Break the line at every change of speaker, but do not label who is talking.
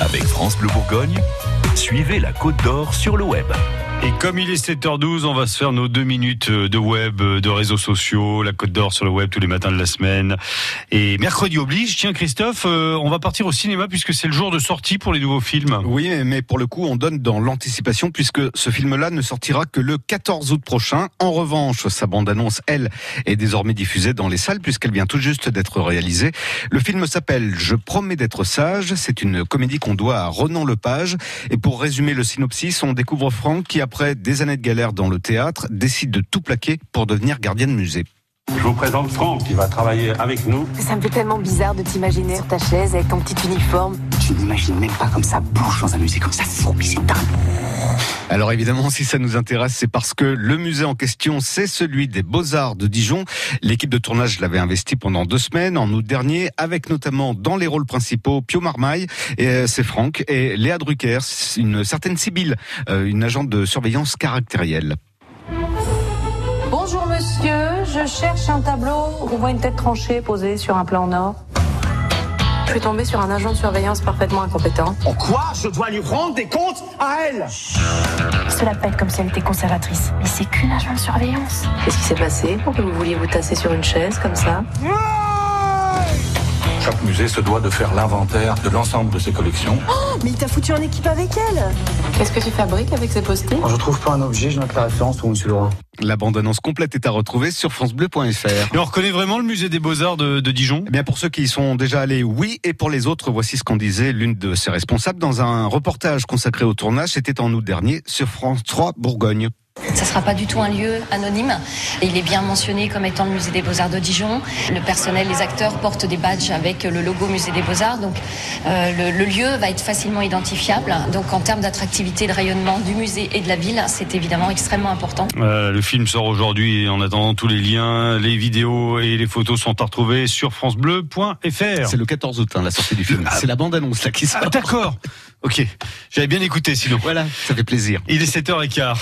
Avec France Bleu Bourgogne, suivez la Côte d'Or sur le web.
Et comme il est 7h12, on va se faire nos deux minutes euh, de web, de réseaux sociaux, la Côte d'Or sur le web tous les matins de la semaine. Et mercredi oblige, tiens Christophe, euh, on va partir au cinéma puisque c'est le jour de sortie pour les nouveaux films.
Oui, mais pour le coup, on donne dans l'anticipation puisque ce film-là ne sortira que le 14 août prochain. En revanche, sa bande-annonce, elle, est désormais diffusée dans les salles puisqu'elle vient tout juste d'être réalisée. Le film s'appelle Je promets d'être sage. C'est une comédie qu'on doit à Ronan Lepage. Et pour résumer le synopsis, on découvre Franck qui, après des années de galère dans le théâtre, décide de tout plaquer pour devenir gardien de musée.
Je vous présente Franck qui va travailler avec nous.
Ça me fait tellement bizarre de t'imaginer sur ta chaise avec ton petit uniforme.
Tu n'imagines même pas comme ça bouge dans un musée comme ça, fourbi, c'est dingue.
Alors évidemment, si ça nous intéresse, c'est parce que le musée en question, c'est celui des Beaux-Arts de Dijon. L'équipe de tournage l'avait investi pendant deux semaines, en août dernier, avec notamment dans les rôles principaux Pio Marmaille, et euh, c'est Franck, et Léa Drucker, une certaine Sibylle, une agente de surveillance caractérielle.
Bonjour monsieur, je cherche un tableau où on voit une tête tranchée posée sur un plan en or. Je suis tombée sur un agent de surveillance parfaitement incompétent.
En quoi je dois lui rendre des comptes à elle
Cela pète comme si elle était conservatrice. Mais c'est qu'une agent de surveillance.
Qu'est-ce qui s'est passé pour que vous vouliez vous tasser sur une chaise comme ça
Chaque musée se doit de faire l'inventaire de l'ensemble de ses collections.
Oh, mais il t'a foutu en équipe avec elle
Qu'est-ce que tu fabriques avec ces post-it
Quand je trouve pas un objet, je note la référence pour Monsieur Laurent.
La bande-annonce complète est à retrouver sur francebleu.fr.
Et on reconnaît vraiment le musée des beaux-arts de, de, Dijon
Eh bien, pour ceux qui y sont déjà allés, oui. Et pour les autres, voici ce qu'en disait l'une de ses responsables dans un reportage consacré au tournage. C'était en août dernier sur France 3 Bourgogne.
Ça ne sera pas du tout un lieu anonyme. Il est bien mentionné comme étant le musée des beaux-arts de Dijon. Le personnel, les acteurs portent des badges avec le logo musée des beaux-arts. Donc euh, le, le, lieu va être facilement identifiable. Donc en termes d'attractivité, de rayonnement du musée et de la ville, c'est évidemment extrêmement important.
Euh, le film sort aujourd'hui et en attendant tous les liens, les vidéos et les photos sont à retrouver sur francebleu.fr.
C'est le 14 août, hein, la sortie du film. Ah, c'est la bande-annonce là qui sort.
Ah, D'accord. ok. J'avais bien écouté sinon.
Voilà, ça fait plaisir.
Il est 7h15.